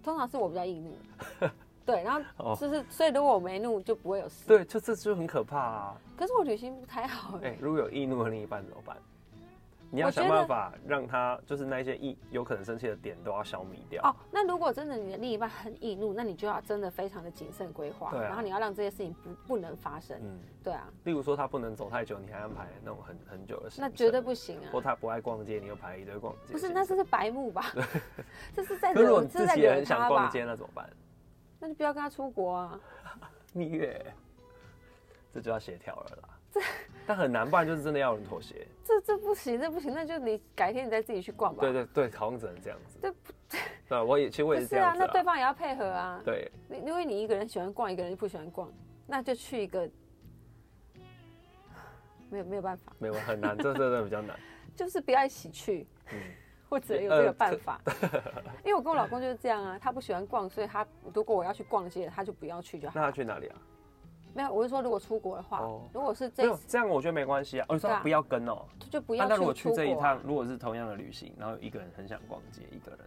[SPEAKER 1] 通常是我比较易怒， 对，然后
[SPEAKER 2] 哦
[SPEAKER 1] 就是、所以如果我没怒就不会有事，
[SPEAKER 2] 对，就这就很可怕啊！
[SPEAKER 1] 可是我旅行不太好、
[SPEAKER 2] 哎、如果有易怒的另一半怎么办？你
[SPEAKER 1] 我
[SPEAKER 2] 要
[SPEAKER 1] 觉得
[SPEAKER 2] 想办法让他就是那些易有可能生气的点都要消弭掉。
[SPEAKER 1] 哦，那如果真的你的另一半很易怒，那你就要真的非常的谨慎规划，
[SPEAKER 2] 对啊
[SPEAKER 1] 然后你要让这些事情不不能发生。
[SPEAKER 2] 嗯，
[SPEAKER 1] 对啊，
[SPEAKER 2] 例如说他不能走太久，你还安排那种很很久的行程，
[SPEAKER 1] 那绝对不行
[SPEAKER 2] 或
[SPEAKER 1] 啊！
[SPEAKER 2] 他不爱逛街，你又排一堆逛街。
[SPEAKER 1] 不是，那这是白目吧？ 这是在
[SPEAKER 2] 可是如
[SPEAKER 1] 惹，
[SPEAKER 2] 果
[SPEAKER 1] 这
[SPEAKER 2] 自
[SPEAKER 1] 是在
[SPEAKER 2] 己也
[SPEAKER 1] 惹
[SPEAKER 2] 很想
[SPEAKER 1] 他
[SPEAKER 2] 逛
[SPEAKER 1] 吧？
[SPEAKER 2] 街，那怎么办？
[SPEAKER 1] 那就不要跟他出国啊！
[SPEAKER 2] 蜜月，这就要协调了啦。但很难办，就是真的要有人妥协。
[SPEAKER 1] 这这不行，这不行，那就你改天你再自己去逛吧。
[SPEAKER 2] 对对对，好像只能这样子。
[SPEAKER 1] 这
[SPEAKER 2] 对，我也其实我也
[SPEAKER 1] 不
[SPEAKER 2] 是
[SPEAKER 1] 是
[SPEAKER 2] 这
[SPEAKER 1] 啊
[SPEAKER 2] 样，子
[SPEAKER 1] 那对
[SPEAKER 2] 啦。
[SPEAKER 1] 方也要配合啊。
[SPEAKER 2] 对，
[SPEAKER 1] 你因为你一个人喜欢逛，一个人不喜欢逛，那就去一个。没有没有办法，
[SPEAKER 2] 没有很难，这这真的比较难。
[SPEAKER 1] 就是不要一起去。
[SPEAKER 2] 嗯，
[SPEAKER 1] 我只能有
[SPEAKER 2] 呃
[SPEAKER 1] 这个
[SPEAKER 2] 这
[SPEAKER 1] 办 法，因为我跟我老公就是这样啊，他不喜欢逛，所以他如果我要去逛街，他就不要去就好。
[SPEAKER 2] 那他去哪里啊？
[SPEAKER 1] 没有，我是说如果出国的话，
[SPEAKER 2] 哦
[SPEAKER 1] 如果是
[SPEAKER 2] 没
[SPEAKER 1] 这
[SPEAKER 2] 有
[SPEAKER 1] 次
[SPEAKER 2] 这样，我觉得没关系啊。哦，你说
[SPEAKER 1] 对啊
[SPEAKER 2] 他不要跟哦。
[SPEAKER 1] 就不
[SPEAKER 2] 那
[SPEAKER 1] 要
[SPEAKER 2] 那
[SPEAKER 1] 去
[SPEAKER 2] 如果去
[SPEAKER 1] 出
[SPEAKER 2] 这一
[SPEAKER 1] 国啊、
[SPEAKER 2] 趟，如果是同样的旅行，然后一个人很想逛街，一个人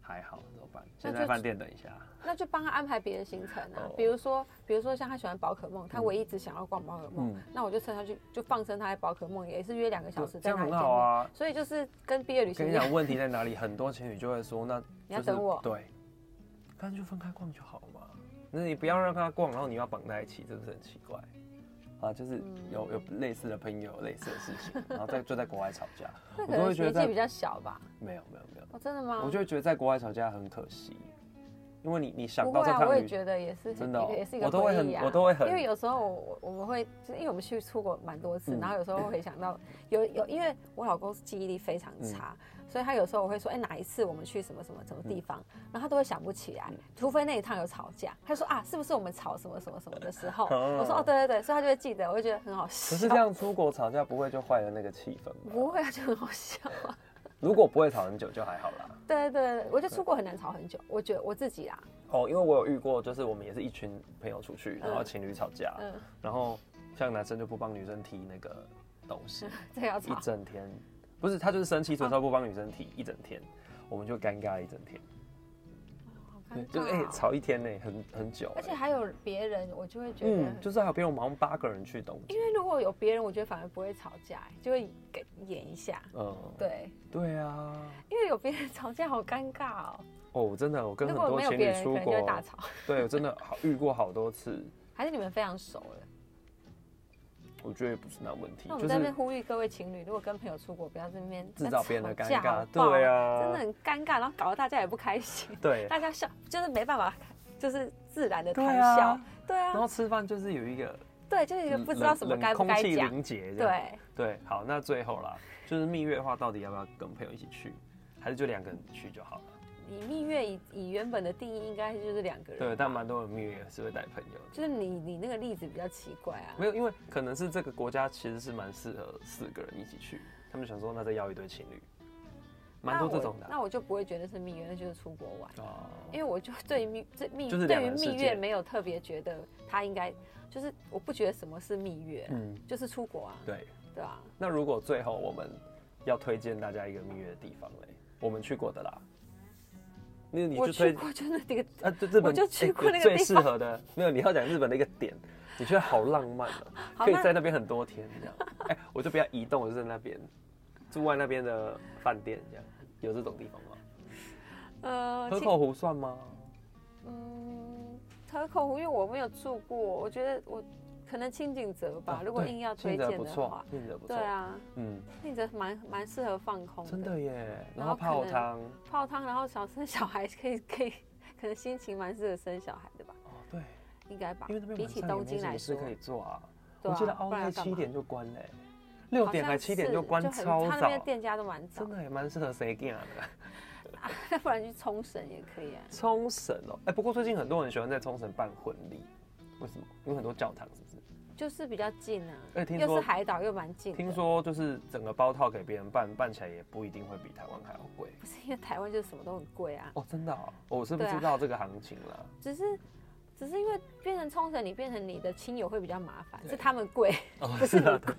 [SPEAKER 2] 还好怎么办？
[SPEAKER 1] 那
[SPEAKER 2] 先
[SPEAKER 1] 就
[SPEAKER 2] 在饭店等一下。啊
[SPEAKER 1] 那就帮他安排别的行程啊，
[SPEAKER 2] 哦
[SPEAKER 1] 比如说比如说像他喜欢宝可梦，他唯一只想要逛宝可梦，
[SPEAKER 2] 嗯
[SPEAKER 1] 那我就趁他去就放生他在宝可梦，也是约两个小时
[SPEAKER 2] 这
[SPEAKER 1] 在
[SPEAKER 2] 样
[SPEAKER 1] 那里
[SPEAKER 2] 很
[SPEAKER 1] 见
[SPEAKER 2] 好
[SPEAKER 1] 面。
[SPEAKER 2] 啊。
[SPEAKER 1] 所以就是跟毕业旅
[SPEAKER 2] 跟
[SPEAKER 1] 行
[SPEAKER 2] 你
[SPEAKER 1] 一样
[SPEAKER 2] 讲，问题在哪里？很多情侣就会说，那、就是、
[SPEAKER 1] 你要等我
[SPEAKER 2] 对，干脆就分开逛就好嘛。那你不要让他逛，然后你要绑在一起，这不是很奇怪？啊，就是
[SPEAKER 1] 嗯
[SPEAKER 2] 有有类似的朋友，有类似的事情，然后在就在国外吵架，
[SPEAKER 1] 那可
[SPEAKER 2] 我都
[SPEAKER 1] 能
[SPEAKER 2] 会觉得
[SPEAKER 1] 年
[SPEAKER 2] 在
[SPEAKER 1] 纪比较小吧？
[SPEAKER 2] 没有没有没有，
[SPEAKER 1] 哦，真的吗？
[SPEAKER 2] 我就会觉得在国外吵架很可惜，因为你你想
[SPEAKER 1] 不
[SPEAKER 2] 到
[SPEAKER 1] 会
[SPEAKER 2] 这
[SPEAKER 1] 啊，我
[SPEAKER 2] 趟
[SPEAKER 1] 也
[SPEAKER 2] 旅，
[SPEAKER 1] 觉得也是
[SPEAKER 2] 真的哦
[SPEAKER 1] 一个也是一
[SPEAKER 2] 我
[SPEAKER 1] 个
[SPEAKER 2] 都会
[SPEAKER 1] 回
[SPEAKER 2] 很
[SPEAKER 1] 忆啊。
[SPEAKER 2] 我都会很
[SPEAKER 1] 因为有时候我我们会，就是因为我们去出国蛮多次，
[SPEAKER 2] 嗯嗯
[SPEAKER 1] 然后有时候会想到有有，因为我老公记忆力非常差，所以他有时候我会说，哎、哪一次我们去什么什么什么地方，然后他都会想不起
[SPEAKER 2] 嗯
[SPEAKER 1] 来，除非那一趟有吵架，他说啊，是不是我们吵什么什么什么的时候？
[SPEAKER 2] 哦
[SPEAKER 1] 我说哦，对对对，所以他就会记得，我就觉得很好
[SPEAKER 2] 可
[SPEAKER 1] 笑。
[SPEAKER 2] 是这样出国吵架不会就坏了那个气氛吗？
[SPEAKER 1] 不会啊，就很好笑啊。
[SPEAKER 2] 如果不会吵很久就还好啦。
[SPEAKER 1] 对对对，我觉得出国很难吵很久，我觉得我自己啊啦，
[SPEAKER 2] 哦，因为我有遇过，就是我们也是一群朋友出去，然后
[SPEAKER 1] 嗯
[SPEAKER 2] 情侣吵架，
[SPEAKER 1] 嗯，
[SPEAKER 2] 然后像男生就不帮女生提那个东西，
[SPEAKER 1] 这个要
[SPEAKER 2] 一
[SPEAKER 1] 嗯吵。嗯
[SPEAKER 2] 整天，不是他就是生气，所以他不帮女生提一整天，我们就尴尬一整天，
[SPEAKER 1] 好尴
[SPEAKER 2] 对，
[SPEAKER 1] 尬
[SPEAKER 2] 就是哎、
[SPEAKER 1] 哦
[SPEAKER 2] 吵一天呢、很很久、
[SPEAKER 1] 而且
[SPEAKER 2] 哎
[SPEAKER 1] 还有别人，我就会觉得很
[SPEAKER 2] 嗯，就是还有别人我们好像八个人去东京，
[SPEAKER 1] 因为如果有别人，我觉得反而不会吵架，就会给演一下。
[SPEAKER 2] 嗯，
[SPEAKER 1] 对，
[SPEAKER 2] 对啊，
[SPEAKER 1] 因为有别人 吵架好尴尬哦。
[SPEAKER 2] 哦，真的，我跟
[SPEAKER 1] 如
[SPEAKER 2] 很
[SPEAKER 1] 果
[SPEAKER 2] 多
[SPEAKER 1] 没有
[SPEAKER 2] 情
[SPEAKER 1] 别
[SPEAKER 2] 侣
[SPEAKER 1] 人，
[SPEAKER 2] 出
[SPEAKER 1] 可能就会大
[SPEAKER 2] 国，
[SPEAKER 1] 吵。
[SPEAKER 2] 对，我真的好遇过好多次，
[SPEAKER 1] 还是你们非常熟了？
[SPEAKER 2] 我觉得也不是那问题
[SPEAKER 1] 那，我
[SPEAKER 2] 就
[SPEAKER 1] 们在那
[SPEAKER 2] 是
[SPEAKER 1] 边呼吁各位情侣，如果跟朋友出国，不要在那边
[SPEAKER 2] 制造别人的
[SPEAKER 1] 吵
[SPEAKER 2] 尴
[SPEAKER 1] 架
[SPEAKER 2] 尬
[SPEAKER 1] 好，不好
[SPEAKER 2] 对啊，
[SPEAKER 1] 真的很尴尬，然后搞得大家也不开心，
[SPEAKER 2] 对，
[SPEAKER 1] 大家笑就是没办法，就是自然的
[SPEAKER 2] 对
[SPEAKER 1] 谈
[SPEAKER 2] 啊
[SPEAKER 1] 笑，对
[SPEAKER 2] 然
[SPEAKER 1] 啊，
[SPEAKER 2] 后吃饭就是有一个
[SPEAKER 1] 对，就是一个
[SPEAKER 2] 冷
[SPEAKER 1] 不知道什么
[SPEAKER 2] 冷
[SPEAKER 1] 该不该
[SPEAKER 2] 空气
[SPEAKER 1] 讲，
[SPEAKER 2] 凝结这样，
[SPEAKER 1] 对，
[SPEAKER 2] 对，好，那最后啦，就是蜜月的话，到底要不要跟朋友一起去，还是就两个人去就好了？
[SPEAKER 1] 你蜜月以以原本的定义应该就是两个人，
[SPEAKER 2] 对，但蛮多人蜜月是会带朋友的，
[SPEAKER 1] 就是你你那个例子比较奇怪啊，
[SPEAKER 2] 没有，因为可能是这个国家其实是蛮适合四个人一起去，他们想说那再要一对情侣，蛮多
[SPEAKER 1] 那我
[SPEAKER 2] 这种的啊、
[SPEAKER 1] 那我就不会觉得是蜜月，那就是出国玩，
[SPEAKER 2] 哦，
[SPEAKER 1] 因为我就对于蜜这蜜
[SPEAKER 2] 就是两
[SPEAKER 1] 对于
[SPEAKER 2] 个人世
[SPEAKER 1] 蜜
[SPEAKER 2] 界
[SPEAKER 1] 月没有特别觉得它应该，就是我不觉得什么是蜜月，
[SPEAKER 2] 嗯，
[SPEAKER 1] 就是出国啊，
[SPEAKER 2] 对。
[SPEAKER 1] 对啊，
[SPEAKER 2] 那如果最后我们要推荐大家一个蜜月的地方嘞，我们去过的啦，那你
[SPEAKER 1] 我
[SPEAKER 2] 就
[SPEAKER 1] 去
[SPEAKER 2] 推
[SPEAKER 1] 过就那 几个
[SPEAKER 2] 啊，对日本
[SPEAKER 1] 我就去
[SPEAKER 2] 哎
[SPEAKER 1] 过那
[SPEAKER 2] 有
[SPEAKER 1] 个
[SPEAKER 2] 最
[SPEAKER 1] 地
[SPEAKER 2] 适
[SPEAKER 1] 方
[SPEAKER 2] 合的，没有你要讲日本的一个点，你觉得好浪漫啊，
[SPEAKER 1] 好
[SPEAKER 2] 可以
[SPEAKER 1] 那
[SPEAKER 2] 在那边很多天这样。哎、我就不要移动，我就在那边住在那边的饭店这样，有这种地方吗？
[SPEAKER 1] 呃，
[SPEAKER 2] 河
[SPEAKER 1] 其
[SPEAKER 2] 口湖算吗？
[SPEAKER 1] 嗯，河口湖，因为我没有住过，我觉得我可能清景泽吧，
[SPEAKER 2] 啊
[SPEAKER 1] 如果
[SPEAKER 2] 对
[SPEAKER 1] 硬要推
[SPEAKER 2] 信德
[SPEAKER 1] 荐
[SPEAKER 2] 不
[SPEAKER 1] 的
[SPEAKER 2] 错
[SPEAKER 1] 话，，
[SPEAKER 2] 信德不错，
[SPEAKER 1] 对啊，
[SPEAKER 2] 嗯，
[SPEAKER 1] 清景泽蛮蛮适合放空
[SPEAKER 2] 真的耶。
[SPEAKER 1] 然
[SPEAKER 2] 然后
[SPEAKER 1] 后
[SPEAKER 2] 泡
[SPEAKER 1] 可能
[SPEAKER 2] 汤，
[SPEAKER 1] 泡汤，然后想生小孩可以可以，可能心情蛮适合生小孩的吧，
[SPEAKER 2] 哦对，
[SPEAKER 1] 应该吧，
[SPEAKER 2] 因为那边
[SPEAKER 1] 比
[SPEAKER 2] 晚
[SPEAKER 1] 起
[SPEAKER 2] 上也
[SPEAKER 1] 东
[SPEAKER 2] 没
[SPEAKER 1] 京
[SPEAKER 2] 什
[SPEAKER 1] 来
[SPEAKER 2] 么事
[SPEAKER 1] 说，
[SPEAKER 2] 可以做啊。
[SPEAKER 1] 对
[SPEAKER 2] 我
[SPEAKER 1] 啊
[SPEAKER 2] 记得奥
[SPEAKER 1] 不然
[SPEAKER 2] 莱
[SPEAKER 1] 要干
[SPEAKER 2] 七
[SPEAKER 1] 嘛
[SPEAKER 2] 点就关嘞，六
[SPEAKER 1] 好
[SPEAKER 2] 点还
[SPEAKER 1] 像
[SPEAKER 2] 七点
[SPEAKER 1] 是
[SPEAKER 2] 就关
[SPEAKER 1] 很
[SPEAKER 2] 超
[SPEAKER 1] 他那边
[SPEAKER 2] 早
[SPEAKER 1] 的，店家都蛮早
[SPEAKER 2] 真，的也蛮适合谁干的。
[SPEAKER 1] 不然去冲绳也可以啊。
[SPEAKER 2] 冲绳哦，哎、不过最近很多人喜欢在冲绳办婚礼，为什么？因为很多教堂是不是？
[SPEAKER 1] 就是比较近啊，
[SPEAKER 2] 哎听
[SPEAKER 1] 又
[SPEAKER 2] 说
[SPEAKER 1] 是海岛又蛮近的。
[SPEAKER 2] 听说就是整个包套给别人办，办起来也不一定会比台湾还要 贵
[SPEAKER 1] 不是因为台湾就是什么都很贵啊，
[SPEAKER 2] 哦，真的、哦，我是不
[SPEAKER 1] 对啊
[SPEAKER 2] 知道这个行情 啦。
[SPEAKER 1] 只是只是因为变成冲绳，你变成你的亲友会比较麻烦，
[SPEAKER 2] 对
[SPEAKER 1] 是他们 贵，
[SPEAKER 2] 哦，
[SPEAKER 1] 不是你贵，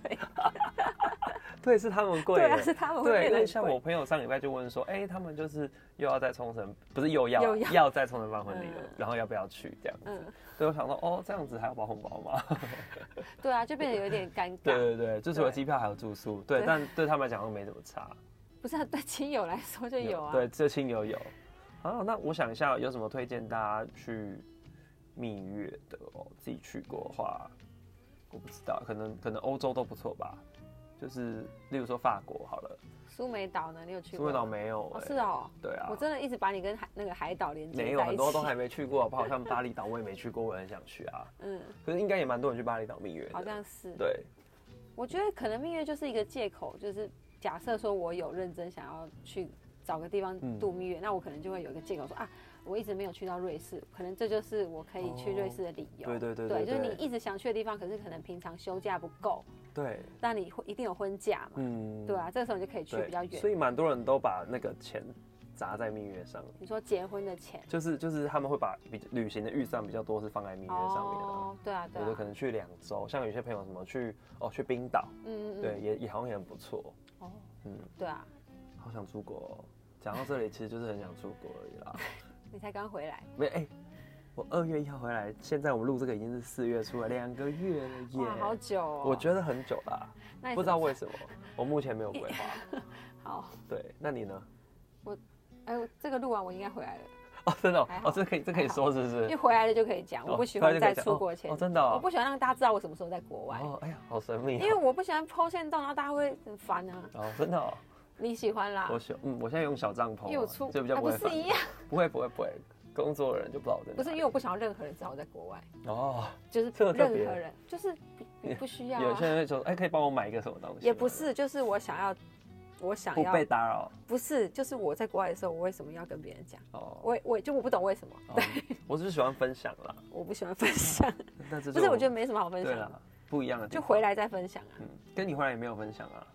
[SPEAKER 2] 对，是他们贵
[SPEAKER 1] 对
[SPEAKER 2] 耶。
[SPEAKER 1] 啊，是他们会
[SPEAKER 2] 对，
[SPEAKER 1] 变
[SPEAKER 2] 因为
[SPEAKER 1] 得
[SPEAKER 2] 像
[SPEAKER 1] 贵
[SPEAKER 2] 我朋友上礼拜就问说，哎、他们就是又要在冲绳，不是又要啊
[SPEAKER 1] 又要
[SPEAKER 2] 在冲绳办婚礼了，
[SPEAKER 1] 嗯
[SPEAKER 2] 然后要不要去这样？
[SPEAKER 1] 嗯，
[SPEAKER 2] 所以我想说，哦，这样子还要包红包吗？
[SPEAKER 1] 对啊，就变得有点尴
[SPEAKER 2] 对
[SPEAKER 1] 尬。
[SPEAKER 2] 对对，就除了
[SPEAKER 1] 对
[SPEAKER 2] 机票还有住宿，对，
[SPEAKER 1] 对
[SPEAKER 2] 但对他们来讲又没怎么差。
[SPEAKER 1] 不是、啊、对亲友来说就有啊，
[SPEAKER 2] 对，这亲友有。啊，那我想一下，有什么推荐大家去蜜月的哦？自己去过的话，我不知道，可能可能欧洲都不错吧。就是例如说法国好了，
[SPEAKER 1] 苏梅岛呢，你有去
[SPEAKER 2] 苏
[SPEAKER 1] 过吗？
[SPEAKER 2] 梅岛没有、欸
[SPEAKER 1] 哦，是哦，
[SPEAKER 2] 对啊
[SPEAKER 1] 我，真的一直把你跟海那个海岛连接在一起。
[SPEAKER 2] 没有很多都还没去过，好不好？像巴厘岛我也没去过，我很想去啊。
[SPEAKER 1] 嗯，
[SPEAKER 2] 可是应该也蛮多人去巴厘岛蜜月的，
[SPEAKER 1] 好像是。
[SPEAKER 2] 对，
[SPEAKER 1] 我觉得可能蜜月就是一个借口，就是假设说我有认真想要去找个地方
[SPEAKER 2] 嗯
[SPEAKER 1] 度蜜月，那我可能就会有一个借口说啊，我一直没有去到瑞士，可能这就是我可以去瑞士的理由。
[SPEAKER 2] 哦对对对对
[SPEAKER 1] 就是
[SPEAKER 2] 对
[SPEAKER 1] 你一直想去的地方，可是可能平常休假不够，
[SPEAKER 2] 对，
[SPEAKER 1] 那你会一定有婚假嘛？
[SPEAKER 2] 嗯
[SPEAKER 1] 对，啊，这个时候你就可以去
[SPEAKER 2] 对，
[SPEAKER 1] 比较
[SPEAKER 2] 所
[SPEAKER 1] 远。
[SPEAKER 2] 以蛮多人都把那个钱砸在蜜月上，
[SPEAKER 1] 你说结婚的钱哦
[SPEAKER 2] 就是就是他们会把比旅行的预算比较多是放在蜜月上面啊。，
[SPEAKER 1] 对啊对
[SPEAKER 2] 有的可
[SPEAKER 1] 啊，
[SPEAKER 2] 能去两周，像有些朋友什么去哦去冰岛，
[SPEAKER 1] 嗯嗯
[SPEAKER 2] 对，也也好像也很不错。
[SPEAKER 1] 哦，
[SPEAKER 2] 嗯，
[SPEAKER 1] 对啊，
[SPEAKER 2] 好想出国、哦。讲到这里，其实就是很想出国而已啦。
[SPEAKER 1] 你才刚回来，
[SPEAKER 2] 没哎、我二月一号回来，现在我们录这个已经是四月初了，两个月了耶。
[SPEAKER 1] 哇，好久哦。
[SPEAKER 2] 我觉得很久啦，
[SPEAKER 1] 那你
[SPEAKER 2] 不知
[SPEAKER 1] 什
[SPEAKER 2] 道
[SPEAKER 1] 么
[SPEAKER 2] 为什么，我目前没有 规划。
[SPEAKER 1] 好，
[SPEAKER 2] 对，那你呢？
[SPEAKER 1] 哎，我这个录完我应该回来了。
[SPEAKER 2] 哦，真的哦
[SPEAKER 1] 还，好
[SPEAKER 2] 哦这可以这可以
[SPEAKER 1] 还好
[SPEAKER 2] 说是不
[SPEAKER 1] 因为
[SPEAKER 2] 是？
[SPEAKER 1] 回来了就可以讲，
[SPEAKER 2] 哦
[SPEAKER 1] 我不喜欢在出国
[SPEAKER 2] 回来就可
[SPEAKER 1] 前，
[SPEAKER 2] 以讲哦哦真的哦
[SPEAKER 1] 我不喜欢让大家知道我什么时候在国外，
[SPEAKER 2] 哦，哎呀，好神秘、哦。
[SPEAKER 1] 因为我不喜欢抛线洞，然后大家会很烦啊。
[SPEAKER 2] 哦，真 的哦，
[SPEAKER 1] 你喜欢啦
[SPEAKER 2] 我，喜嗯，我现在用小帐篷啊、
[SPEAKER 1] 因为我啊出
[SPEAKER 2] 就比较
[SPEAKER 1] 啊
[SPEAKER 2] 不
[SPEAKER 1] 不
[SPEAKER 2] 会
[SPEAKER 1] 是
[SPEAKER 2] 烦。
[SPEAKER 1] 一样，
[SPEAKER 2] 不会不会不会，工作的人就不知道我在哪里。
[SPEAKER 1] 不是因为我不想要任何人知道我在国外，
[SPEAKER 2] 哦，
[SPEAKER 1] 就是
[SPEAKER 2] 这么
[SPEAKER 1] 任
[SPEAKER 2] 特别
[SPEAKER 1] 何人， 就是不不不需要
[SPEAKER 2] 有
[SPEAKER 1] 啊
[SPEAKER 2] 些，人会说，哎、可以帮我买一个什么东西吗？
[SPEAKER 1] 也不是，就是我想要，我想
[SPEAKER 2] 不
[SPEAKER 1] 要
[SPEAKER 2] 被打扰
[SPEAKER 1] 不是，就是我在国外的时候，我为什么要跟别人讲？
[SPEAKER 2] 哦。
[SPEAKER 1] 我我就我不懂为什么，
[SPEAKER 2] 哦我只是喜欢分享啦，
[SPEAKER 1] 我不喜欢分享，
[SPEAKER 2] 但嗯这
[SPEAKER 1] 不是我觉得
[SPEAKER 2] 得
[SPEAKER 1] 没什么好分
[SPEAKER 2] 对
[SPEAKER 1] 享的，
[SPEAKER 2] 啦，不一样的地
[SPEAKER 1] 就
[SPEAKER 2] 方
[SPEAKER 1] 回，来再分享啊。
[SPEAKER 2] 嗯，跟你回来也没有分享啊，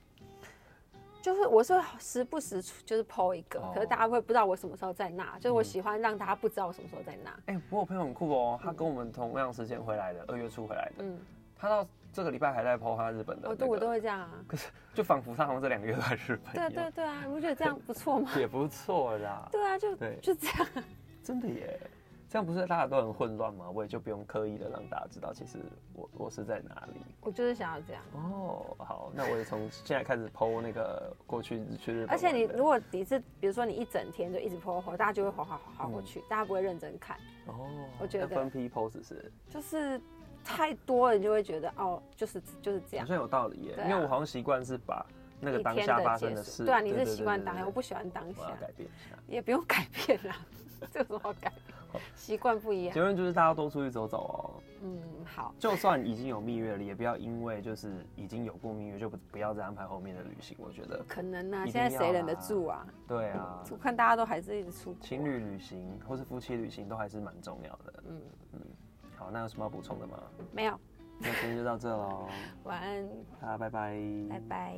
[SPEAKER 1] 就是我是时不时出就是剖一个，
[SPEAKER 2] 哦嗯
[SPEAKER 1] 可是大家会不知道我什么时候在那，就是我喜欢让大家不知道我什么时候在那。
[SPEAKER 2] 哎、不过我朋友很酷哦，他跟我们同样时间回来的，二月初回来的，
[SPEAKER 1] 嗯，
[SPEAKER 2] 他到这个礼拜还在 PO 他日本的、
[SPEAKER 1] 我
[SPEAKER 2] 那
[SPEAKER 1] 都
[SPEAKER 2] 个，
[SPEAKER 1] 我都会这样啊。
[SPEAKER 2] 就仿佛他好像这两个月都在日本
[SPEAKER 1] 对啊
[SPEAKER 2] 一
[SPEAKER 1] 对啊
[SPEAKER 2] 样，
[SPEAKER 1] 对 啊，你不觉得这样不错吗？
[SPEAKER 2] 也不错啦，
[SPEAKER 1] 对啊，就
[SPEAKER 2] 对
[SPEAKER 1] 就这样。
[SPEAKER 2] 真的耶，这样不是大家都很混乱吗？我也就不用刻意的让大家知道，其实我我是在哪里。
[SPEAKER 1] 我就是想要这样。
[SPEAKER 2] 哦，好，那我也从现在开始 PO 那个过去去日本玩的。
[SPEAKER 1] 而且你如果你是比如说你一整天就一直 po 火，大家就会滑滑滑滑
[SPEAKER 2] 嗯
[SPEAKER 1] 过去，大家不会认真看，
[SPEAKER 2] 哦，
[SPEAKER 1] 我觉
[SPEAKER 2] 那
[SPEAKER 1] 得
[SPEAKER 2] 分批 PO 是
[SPEAKER 1] 就是太多了，你就会觉得哦，就是就是这
[SPEAKER 2] 好
[SPEAKER 1] 样。
[SPEAKER 2] 像有道理耶，
[SPEAKER 1] 对啊
[SPEAKER 2] 因为我好像习惯是把那个
[SPEAKER 1] 一
[SPEAKER 2] 当
[SPEAKER 1] 天
[SPEAKER 2] 下发
[SPEAKER 1] 的
[SPEAKER 2] 生
[SPEAKER 1] 结
[SPEAKER 2] 的
[SPEAKER 1] 束，
[SPEAKER 2] 事，
[SPEAKER 1] 对啊，你是习惯当下，我不
[SPEAKER 2] 喜
[SPEAKER 1] 喜欢当
[SPEAKER 2] 我要
[SPEAKER 1] 下，
[SPEAKER 2] 改变一下。
[SPEAKER 1] 也不用改变啦， 这有什么好改？习惯不一样
[SPEAKER 2] 结。论就是大家多出去走走哦，
[SPEAKER 1] 嗯，好，
[SPEAKER 2] 就算已经有蜜月了，也不要因为就是已经有过蜜月就不不要再安排后面的旅行。我觉得，
[SPEAKER 1] 可能啊，
[SPEAKER 2] 一定
[SPEAKER 1] 现在谁忍得
[SPEAKER 2] 要啊
[SPEAKER 1] 住啊？
[SPEAKER 2] 对啊，
[SPEAKER 1] 我看大家都还是一直出国
[SPEAKER 2] 情侣旅行或是夫妻旅行都还是蛮重要的。
[SPEAKER 1] 嗯，
[SPEAKER 2] 好，那有什么要补充的吗？
[SPEAKER 1] 没有，
[SPEAKER 2] 那今天就到这喽，
[SPEAKER 1] 晚安，
[SPEAKER 2] 大家拜拜。
[SPEAKER 1] 拜拜。